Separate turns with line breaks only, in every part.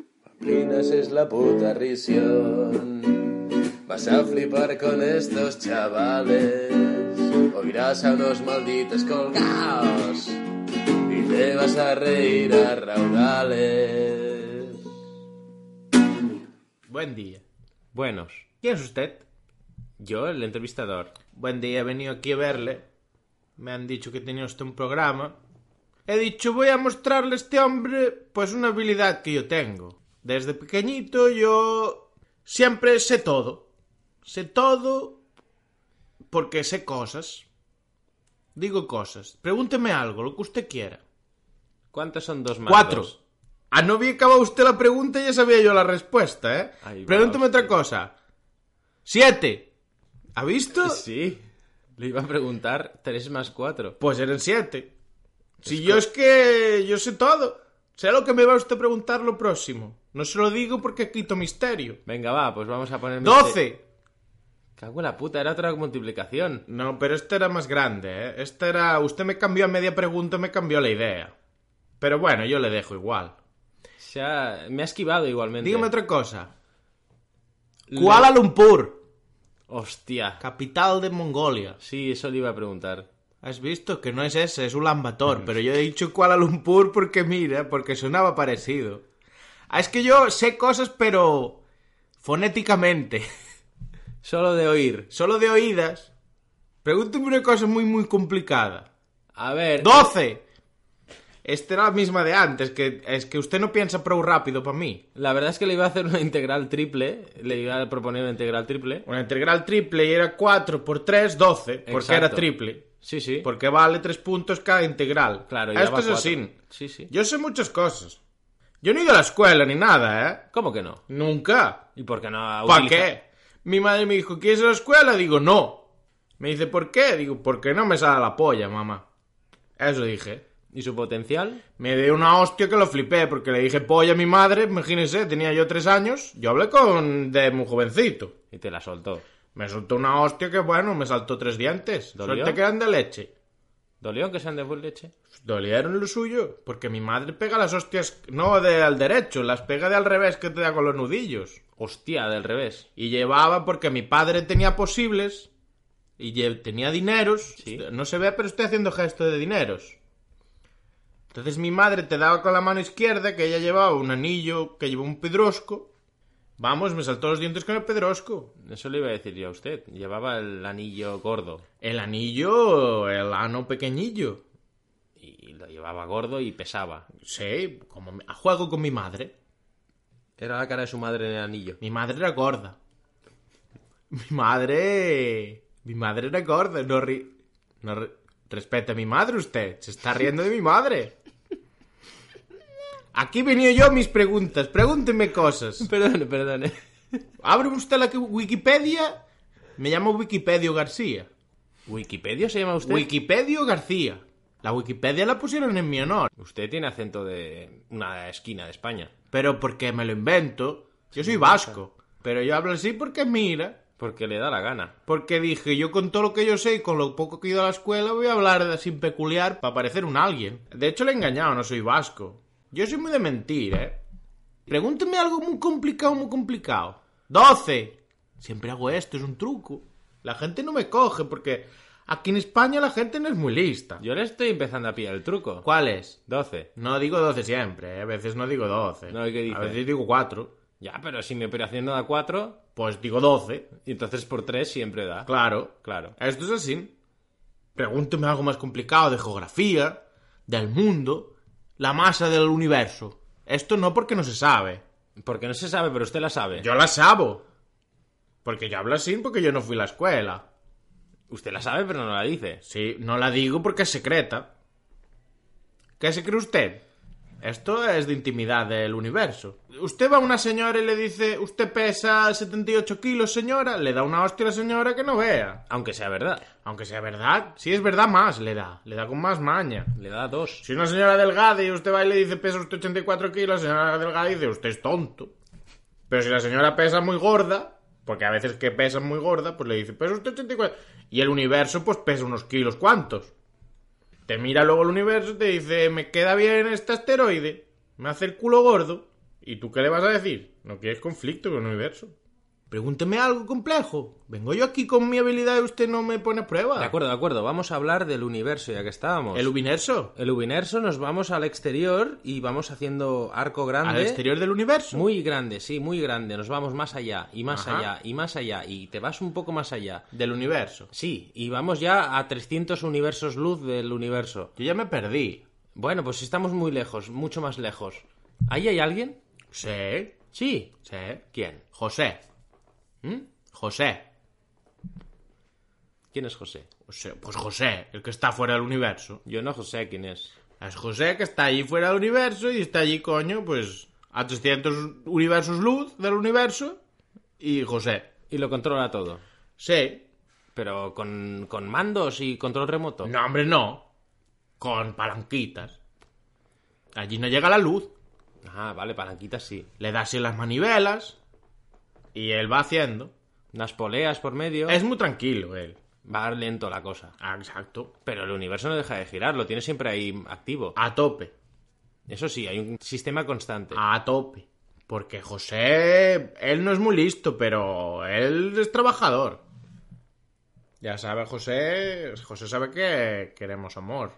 disciplinas es la puta risión. Vas a flipar con estos chavales. Oirás a unos malditos colgados. Y te vas a reír a raudales.
Buen día.
Buenos.
¿Quién es usted?
Yo, el entrevistador.
Buen día, he venido aquí a verle. Me han dicho que tenía usted un programa. He dicho, voy a mostrarle a este hombre pues una habilidad que yo tengo. Desde pequeñito yo siempre sé todo. Sé todo porque sé cosas. Digo cosas. Pregúnteme algo, lo que usted quiera.
¿Cuántos son dos más
Cuatro.
dos?
Ah, no había acabado usted la pregunta y ya sabía yo la respuesta, ¿eh?
Ahí va,
Pregúnteme
hostia.
otra cosa. Siete. ¿Ha visto?
Sí. Le iba a preguntar tres más cuatro.
Pues eran siete. Si yo es que yo sé todo. Sé lo que me va usted a preguntar lo próximo. No se lo digo porque quito misterio.
Venga, va, pues vamos a poner...
¡Doce!
Cago en la puta, era otra multiplicación.
No, pero este era más grande, ¿eh? Este era... Usted me cambió a media pregunta, me cambió la idea. Pero bueno, yo le dejo igual.
Se ha- Me ha esquivado igualmente.
Dígame otra cosa.
Lo-
Kuala Lumpur,
Hostia.
capital de Mongolia.
Sí, eso le iba a preguntar.
¿Has visto que no es ese, es un Bator?
Pues
Pero yo he dicho Kuala Lumpur porque mira, porque sonaba parecido. Ah, es que yo sé cosas, pero fonéticamente,
Solo de oír.
solo de oídas. Pregúnteme una cosa muy, muy complicada.
A ver...
¡Doce! Esta era la misma de antes, que es que usted no piensa pro rápido para mí.
La verdad es que le iba a hacer una integral triple. Le iba a proponer una integral triple.
Una integral triple y era 4 por 3, 12, porque era
Exacto.
triple.
Sí, sí. Ah,
Porque vale 3 puntos cada integral. Ah,
Claro, ya
Esto
va
es
cuatro.
así.
Sí, sí.
Yo sé muchas cosas. Yo no he ido a la escuela ni nada, ¿eh?
¿Cómo que no?
Nunca.
¿Y por qué no ha
¿Para
utilizado-
qué? Mi madre me dijo, ¿quieres ir a la escuela? Digo, no. Me dice, ¿por qué? Digo, porque no me sale la polla, mamá. Eso dije.
¿Y su potencial?
Me dio una hostia que lo flipé, porque le dije polla a mi madre, imagínense, tenía yo tres años, yo hablé con de muy jovencito.
Y te la soltó.
Me soltó una hostia que, bueno, me saltó tres dientes.
¿Dolió?
Suerte que eran de leche.
¿Dolió que sean de full leche?
Dolieron lo suyo, porque mi madre pega las hostias no de al derecho, las pega de al revés que te da con los nudillos.
Hostia, del revés.
Y llevaba porque mi padre tenía posibles y lle- tenía dineros.
Sí.
No se ve, pero estoy haciendo gesto de dineros. Entonces mi madre te daba con la mano izquierda que ella llevaba un anillo que llevaba un pedrosco. Vamos, me saltó los dientes con el pedrosco.
Eso le iba a decir yo a usted. Llevaba el anillo gordo.
El anillo, el ano pequeñillo.
Y lo llevaba gordo y pesaba.
Sí, como me- a juego con mi madre.
Era la cara de su madre en el anillo.
Mi madre era gorda. Mi madre. Mi madre era gorda. No ri... No ri- Respeta a mi madre usted. Se está riendo de mi madre. Aquí he venido yo a mis preguntas. Pregúnteme cosas.
Perdone, perdone.
Abre usted la que- Wikipedia. Me llamo Wikipedia García.
¿Wikipedia se llama usted?
Wikipedia García. La Wikipedia la pusieron en mi honor.
Usted tiene acento de una esquina de España.
Pero porque me lo invento. Yo soy vasco. Pero yo hablo así porque mira.
Porque le da la gana.
Porque dije, yo con todo lo que yo sé y con lo poco que he ido a la escuela voy a hablar de sin peculiar para parecer un alguien. De hecho, le he engañado, no soy vasco. Yo soy muy de mentir, ¿eh? Pregúnteme algo muy complicado, muy complicado. ¡Doce! Siempre hago esto, es un truco. La gente no me coge porque aquí en España la gente no es muy lista.
Yo le estoy empezando a pillar el truco.
¿Cuál es?
12.
No digo doce siempre, ¿eh? a veces no digo doce.
No, ¿y qué dices?
A veces digo cuatro.
Ya, pero si mi operación no da 4,
Pues digo doce,
y entonces por 3 siempre da.
claro.
Claro.
Esto es así. Pregúnteme algo más complicado de geografía, del mundo, la masa del universo. Esto no porque no se sabe.
Porque no se sabe, pero usted la sabe.
Yo la sabo. Porque yo hablo así porque yo no fui a la escuela.
Usted la sabe, pero no la dice.
Sí, no la digo porque es secreta. ¿Qué se cree usted? Esto es de intimidad del universo. Usted va a una señora y le dice, usted pesa 78 kilos, señora, le da una hostia a la señora que no vea.
Aunque sea verdad.
Aunque sea verdad, si es verdad más le da, le da con más maña.
Le da 2.
Si una señora delgada y usted va y le dice pesa usted 84 kilos, la señora delgada dice usted es tonto. Pero si la señora pesa muy gorda, porque a veces que pesa muy gorda, pues le dice pesa usted 84. Y el universo pues pesa unos kilos cuantos. Te mira luego el universo y te dice me queda bien este asteroide, me hace el culo gordo. ¿Y tú qué le vas a decir? No quieres conflicto con el universo. Pregúnteme algo complejo. Vengo yo aquí con mi habilidad y usted no me pone a prueba.
De acuerdo, de acuerdo. Vamos a hablar del universo, ya que estábamos.
Ah. El universo.
El universo nos vamos al exterior y vamos haciendo arco grande.
Al exterior del universo.
Muy grande, sí, muy grande. Nos vamos más allá y más
Ajá.
allá y más allá y te vas un poco más allá.
Del universo.
Sí, y vamos ya a 300 universos luz del universo.
Yo ya me perdí.
Bueno, pues estamos muy lejos, mucho más lejos. ¿Ahí hay alguien?
Sí.
Sí.
Sí.
¿Quién?
José. ¿Mm? José.
¿Quién es José?
O sea, pues José, el que está fuera del universo.
Yo no sé quién es.
Es José que está allí fuera del universo y está allí, coño, pues a 300 universos luz del universo. Y José.
Y lo controla todo.
Sí.
Pero con, con mandos y control remoto.
No, hombre, no. Con palanquitas. Allí no llega la luz.
Ah, vale, palanquitas sí.
Le das en las manivelas. Y él va haciendo.
Unas poleas por medio.
Es muy tranquilo él.
Va lento la cosa.
Ah, Exacto.
Pero el universo no deja de girar, lo tiene siempre ahí activo.
A tope.
Eso sí, hay un sistema constante.
A tope. Porque José, él no es muy listo, pero él es trabajador. Ya sabe José, José sabe que queremos amor.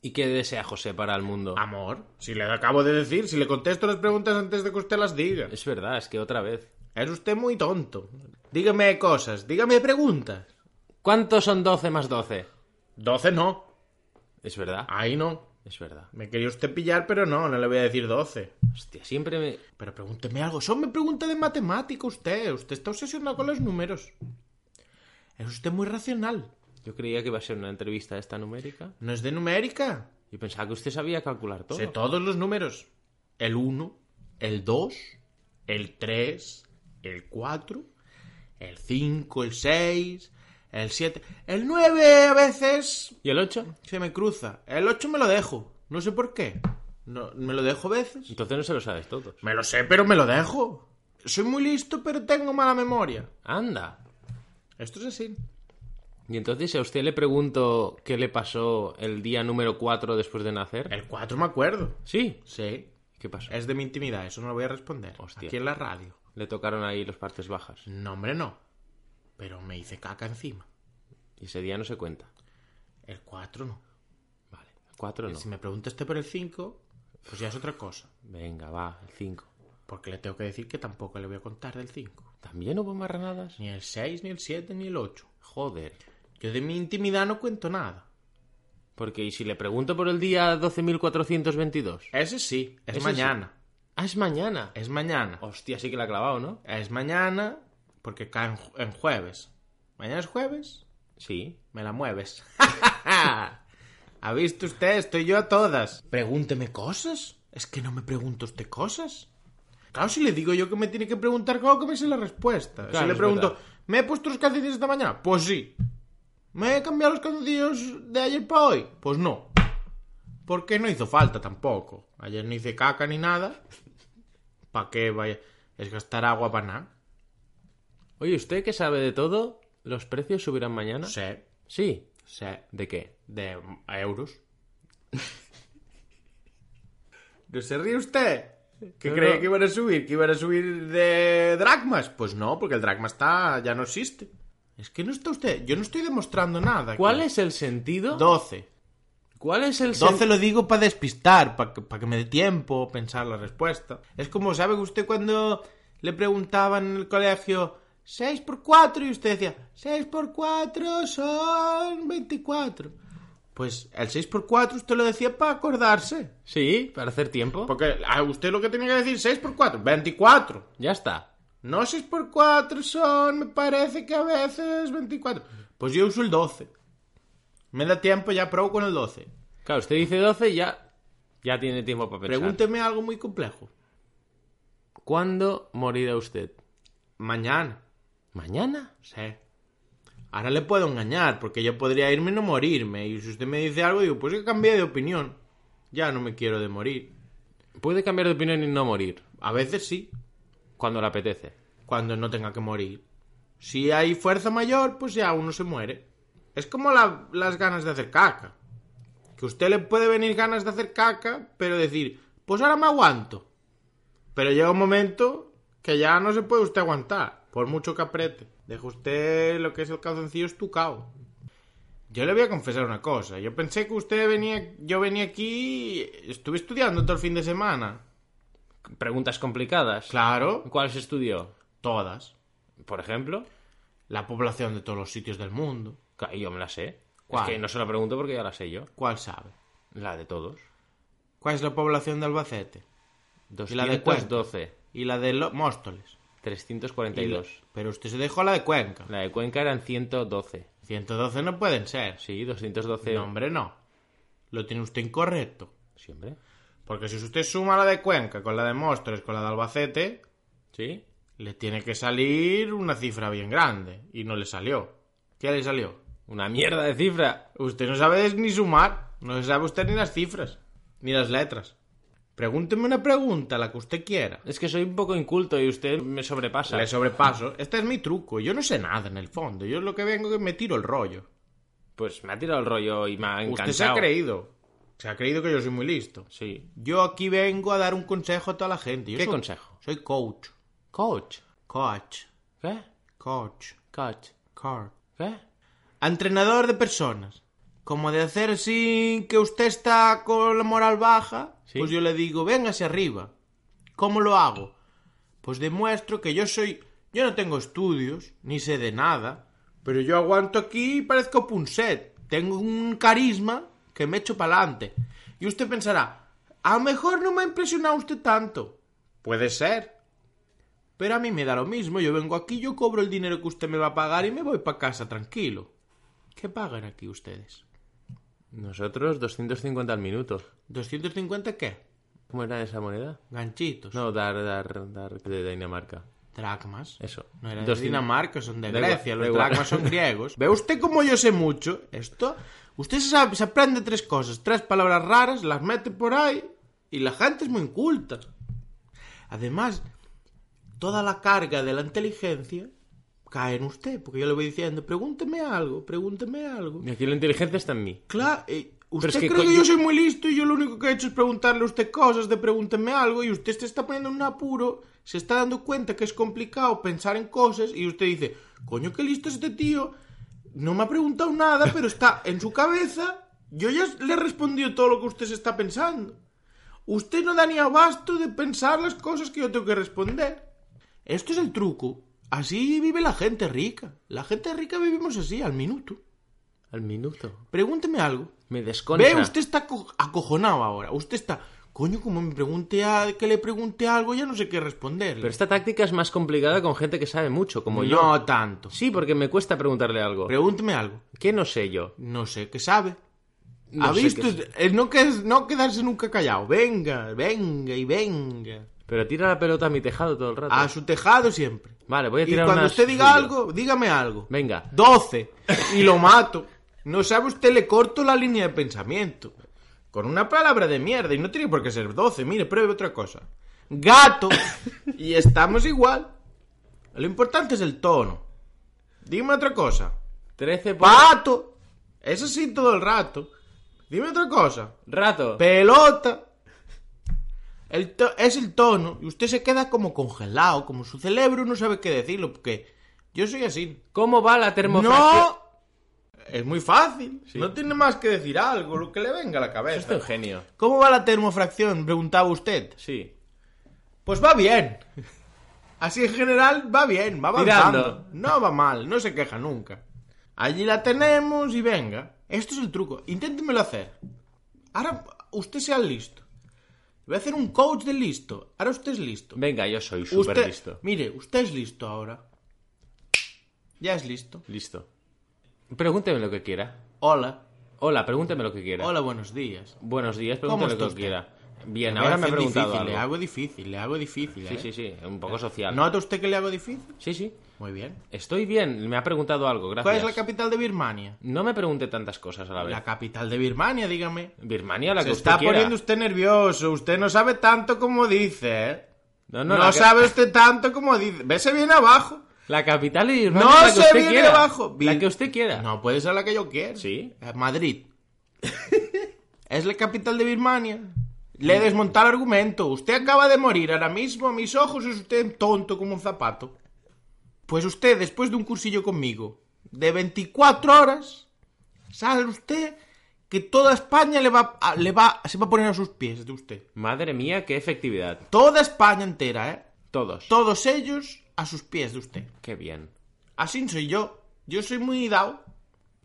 ¿Y qué desea José para el mundo?
Amor. Si le acabo de decir, si le contesto las preguntas antes de que usted las diga.
Es verdad, es que otra vez.
Es usted muy tonto. Dígame cosas, dígame preguntas.
¿Cuántos son 12 más 12?
12 no.
Es verdad,
Ahí no.
es verdad.
Me quería usted pillar, pero no, no le voy a decir 12.
Hostia, siempre me...
Pero pregúnteme algo. Son me pregunta de matemática usted. Usted está obsesionado con los números. Es usted muy racional.
Yo creía que iba a ser una entrevista esta numérica.
No es de numérica.
Yo pensaba que usted sabía calcular todo.
Sé todos los números. El 1, el 2, el 3, el 4, el 5, el 6, el 7. El 9 a veces
¿Y el 8?
se me cruza. El 8 me lo dejo. No sé por qué. No, me lo dejo a veces.
Entonces no se lo sabes todo.
Me lo sé, pero me lo dejo. Soy muy listo, pero tengo mala memoria.
Anda.
Esto es así.
Y entonces si a usted le pregunto qué le pasó el día número 4 después de nacer.
El 4 me acuerdo.
Sí.
Sí.
¿Qué pasó?
Es de mi intimidad, eso no lo voy a responder.
Hostia.
Aquí en la radio.
Le tocaron ahí los partes bajas.
No, hombre, no. Pero me hice caca encima.
Y ese día no se cuenta.
El 4 no.
Vale. El 4 no.
Si me preguntaste por el 5, pues ya es otra cosa.
Venga, va. El 5.
Porque le tengo que decir que tampoco le voy a contar del 5.
¿También hubo marranadas?
Ni el 6, ni el 7, ni el 8.
Joder.
Yo de mi intimidad no cuento nada.
Porque ¿y si le pregunto por el día 12.422?
Ese sí, es
Ese sí.
mañana.
Ah, es mañana.
Es mañana.
Hostia, sí que la ha clavado, ¿no?
Es mañana porque cae en ju- en jueves. ¿Mañana es jueves?
Sí.
Me la mueves. ¿Ha visto usted? Estoy yo a todas. Pregúnteme cosas. Es que no me pregunta usted cosas. Claro, si le digo yo que me tiene que preguntar, claro que me sé la respuesta.
Claro,
si le
es
pregunto,
verdad.
¿me he puesto los calcetines esta mañana? Pues sí. ¿Me he cambiado los calcetines de ayer para hoy? Pues no. Porque no hizo falta tampoco. Ayer no hice caca ni nada. ¿Para qué vaya? Es gastar agua para nada.
Oye, ¿usted que sabe de todo? ¿Los precios subirán mañana?
Sé,
Sí.
sé.
¿De qué?
de euros. ¿No se ríe usted? ¿Que
No,
creía
no.
que iban a subir? ¿Que iban a subir de dracmas? Pues no, porque el dracma está ya no existe. Es que no está usted. Yo no estoy demostrando nada. aquí.
¿Cuál es el sentido?
12.
¿Cuál es el
12
sentido?
lo digo para despistar, para que, pa' que me dé tiempo pensar la respuesta. Es como, ¿sabe que usted cuando le preguntaban en el colegio 6 por 4 y usted decía 6 por 4 son 24? Pues el 6 por 4 usted lo decía para acordarse.
Sí, para hacer tiempo.
Porque a usted lo que tenía que decir 6 por 4, 24.
Ya está.
No 6 por 4 son, me parece que a veces 24. Pues yo uso el 12. Me da tiempo ya pro con el 12.
Claro, usted dice 12 ya... Ya tiene tiempo para pensar.
Pregúnteme algo muy complejo.
¿Cuándo morirá usted?
Mañana.
¿Mañana?
Sí. Ahora le puedo engañar, porque yo podría irme y no morirme. Y si usted me dice algo, digo, pues que cambié de opinión. Ya no me quiero de morir.
Puede cambiar de opinión y no morir.
A veces sí,
Cuando le apetece.
cuando no tenga que morir. Si hay fuerza mayor, pues ya uno se muere. Es como la- las ganas de hacer caca. Que a usted le puede venir ganas de hacer caca, pero decir, pues ahora me aguanto. Pero llega un momento que ya no se puede usted aguantar, por mucho que apriete. Deja usted lo que es el calzoncillo estucado. Yo le voy a confesar una cosa. Yo pensé que usted venía. Yo venía aquí. Estuve estudiando todo el fin de semana.
Preguntas complicadas.
Claro,
¿Cuál se estudió?
todas.
Por ejemplo.
La población de todos los sitios del mundo.
Ca- Yo me la sé.
¿Cuál?
Es que no se la pregunto porque ya la sé yo.
¿Cuál sabe?
La de todos.
¿Cuál es la población de Albacete? ¿Y la de Cuenca?
212.
Y la de Lo- Móstoles. Y la-
342.
Pero usted se dejó la de Cuenca.
La de Cuenca eran 112.
112 no pueden ser.
Sí, 212.
No, hombre, no. Lo tiene usted incorrecto.
Sí, hombre.
Porque si usted suma la de Cuenca con la de Móstoles con la de Albacete,
¿Sí?
le tiene que salir una cifra bien grande. Y no le salió. ¿Qué le salió?
Una mierda de cifra.
Usted no sabe ni sumar. No se sabe usted ni las cifras. Ni las letras. Pregúnteme una pregunta, la que usted quiera.
Es que soy un poco inculto y usted me sobrepasa.
Le sobrepaso. Este es mi truco. Yo no sé nada en el fondo. Yo lo que vengo es que me tiro el rollo.
Pues me ha tirado el rollo y me ha encantado.
Usted se ha creído. Se ha creído que yo soy muy listo.
Sí.
Yo aquí vengo a dar un consejo a toda la gente. Yo
¿Qué
soy-
consejo?
Soy coach.
Coach.
Coach.
¿Qué?
Coach.
Coach.
Coach.
¿Qué?
Entrenador de personas. Como de hacer sin que usted está con la moral baja,
Sí.
pues yo le digo, véngase arriba. ¿Cómo lo hago? Pues demuestro que yo soy... Yo no tengo estudios, ni sé de nada, pero yo aguanto aquí y parezco punset. Tengo un carisma que me echo para adelante. Y usted pensará, a lo mejor no me ha impresionado usted tanto. Puede ser. Pero a mí me da lo mismo, yo vengo aquí, yo cobro el dinero que usted me va a pagar y me voy para casa tranquilo. ¿Qué pagan aquí ustedes?
Nosotros 250 al minuto.
¿250 qué?
¿Cómo era esa moneda?
Ganchitos.
No, dar, dar, dar de Dinamarca.
Dracmas.
Eso.
No eran de
200.
Dinamarca, son de
Da
Grecia.
igual,
Los
da igual.
dracmas son griegos. ¿Ve usted como yo sé mucho? Esto. Usted se, sabe- se aprende tres cosas, tres palabras raras, las mete por ahí y la gente es muy inculta. Además, toda la carga de la inteligencia cae en usted, porque yo le voy diciendo, pregúnteme algo, pregúnteme algo.
Y aquí la inteligencia está en mí.
Claro, eh, usted
es que
cree
co-
que yo
yo-
soy muy listo y yo lo único que he hecho es preguntarle a usted cosas, de pregúnteme algo, y usted se está poniendo en un apuro, se está dando cuenta que es complicado pensar en cosas, y usted dice, coño, qué listo este tío, no me ha preguntado nada, pero está en su cabeza, yo ya le he respondido todo lo que usted se está pensando. Usted no da ni abasto de pensar las cosas que yo tengo que responder. Esto es el truco. Así vive la gente rica. La gente rica vivimos así, al minuto.
Al minuto.
Pregúnteme algo.
Me desconcha.
Ve, usted está co- acojonado ahora. Usted está, coño, como me pregunte a, que le pregunte algo, ya no sé qué responderle.
Pero esta táctica es más complicada con gente que sabe mucho, como
no
yo.
tanto.
Sí, porque me cuesta preguntarle algo.
Pregúnteme algo.
¿Qué no sé yo?
No sé qué sabe.
No
ha
sé
visto,
qué
Eh, no, que no quedarse nunca callado. Venga, venga y venga.
Pero tira la pelota a mi tejado todo el rato.
A su tejado siempre.
Vale, voy a
Ah, Y
tirar
cuando
unas
usted diga
suyas.
algo, dígame algo.
Venga.
12 y lo mato. No sabe usted, le corto la línea de pensamiento. Con una palabra de mierda y no tiene por qué ser 12. Mire, pruebe otra cosa. Gato. Y estamos igual. Lo importante es el tono. Dime otra cosa.
13 por...
Pato. Eso sí todo el rato. Dime otra cosa.
Rato.
Pelota. El to- es el tono. Y usted se queda como congelado, como su cerebro no sabe qué decirlo. Porque yo soy así.
¿Cómo va la termofracción?
¡No! Es muy fácil. No tiene más que decir algo, lo que le venga a la
Esto es
cabeza.
un genio.
¿Cómo va la termofracción? Preguntaba usted.
Sí.
Pues va bien. Así en general va bien, va avanzando.
Tirando.
No va mal, no se queja nunca. Allí la tenemos y venga. Esto es el truco. Inténtemelo hacer. Ahora usted sea listo. Voy a hacer un coach de listo. Ahora usted es listo.
Venga, yo soy súper
Usted,
listo.
Mire, usted es listo ahora. Ya es listo.
Listo. Pregúnteme lo que quiera.
Hola.
Hola, pregúnteme lo que quiera.
Hola, buenos días.
Buenos días,
¿Cómo
pregúnteme lo
está
que
usted?
quiera. Bien,
Me
ahora
parece
me ha preguntado
difícil, Le
algo.
hago difícil, le hago difícil.
Sí,
¿eh?
sí, sí, un poco social.
¿Nota usted que le hago difícil?
Sí, sí.
Muy bien.
Estoy bien, me ha preguntado algo, gracias.
¿Cuál es la capital de Birmania?
No me pregunte tantas cosas a la vez.
La capital de Birmania, dígame.
Birmania, Pues. la
Se
que
está
usted quiera.
poniendo usted nervioso. Usted no sabe tanto como dice, ¿eh?
No,
No,
no, la, ca-
sabe usted tanto como dice. Vese bien abajo.
la capital de Birmania es
No
la que
se
usted
viene
quiera.
abajo.
La que usted quiera.
No puede ser la que yo quiero.
Sí.
Eh, Madrid. ¿Es la capital de Birmania? Le he desmontado el argumento. Usted acaba de morir. Ahora mismo a mis ojos es usted tonto como un zapato. Pues usted, después de un cursillo conmigo, de 24 horas, sabe usted que toda España le va, a- le va, se va a poner a sus pies de usted.
Madre mía, qué efectividad.
Toda España entera, ¿eh?
Todos.
Todos ellos a sus pies de usted.
Qué bien.
Así soy yo. Yo soy muy dao.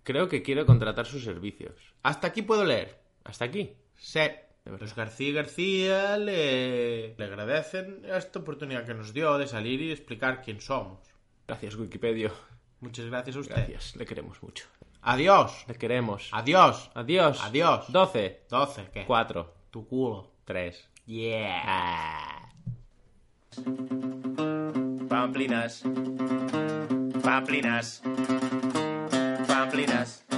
Creo que quiero contratar sus servicios.
Hasta aquí puedo leer.
Hasta aquí.
Sé. Los Pues García y García le, le agradecen esta oportunidad que nos dio de salir y explicar quién somos.
Gracias, Wikipedia.
Muchas gracias a usted.
Gracias, le queremos mucho.
Adiós.
Le queremos.
Adiós.
Adiós.
Adiós.
12,
12, ¿qué?
4,
Tu culo.
3.
Yeah.
Pamplinas. Pamplinas. Pamplinas.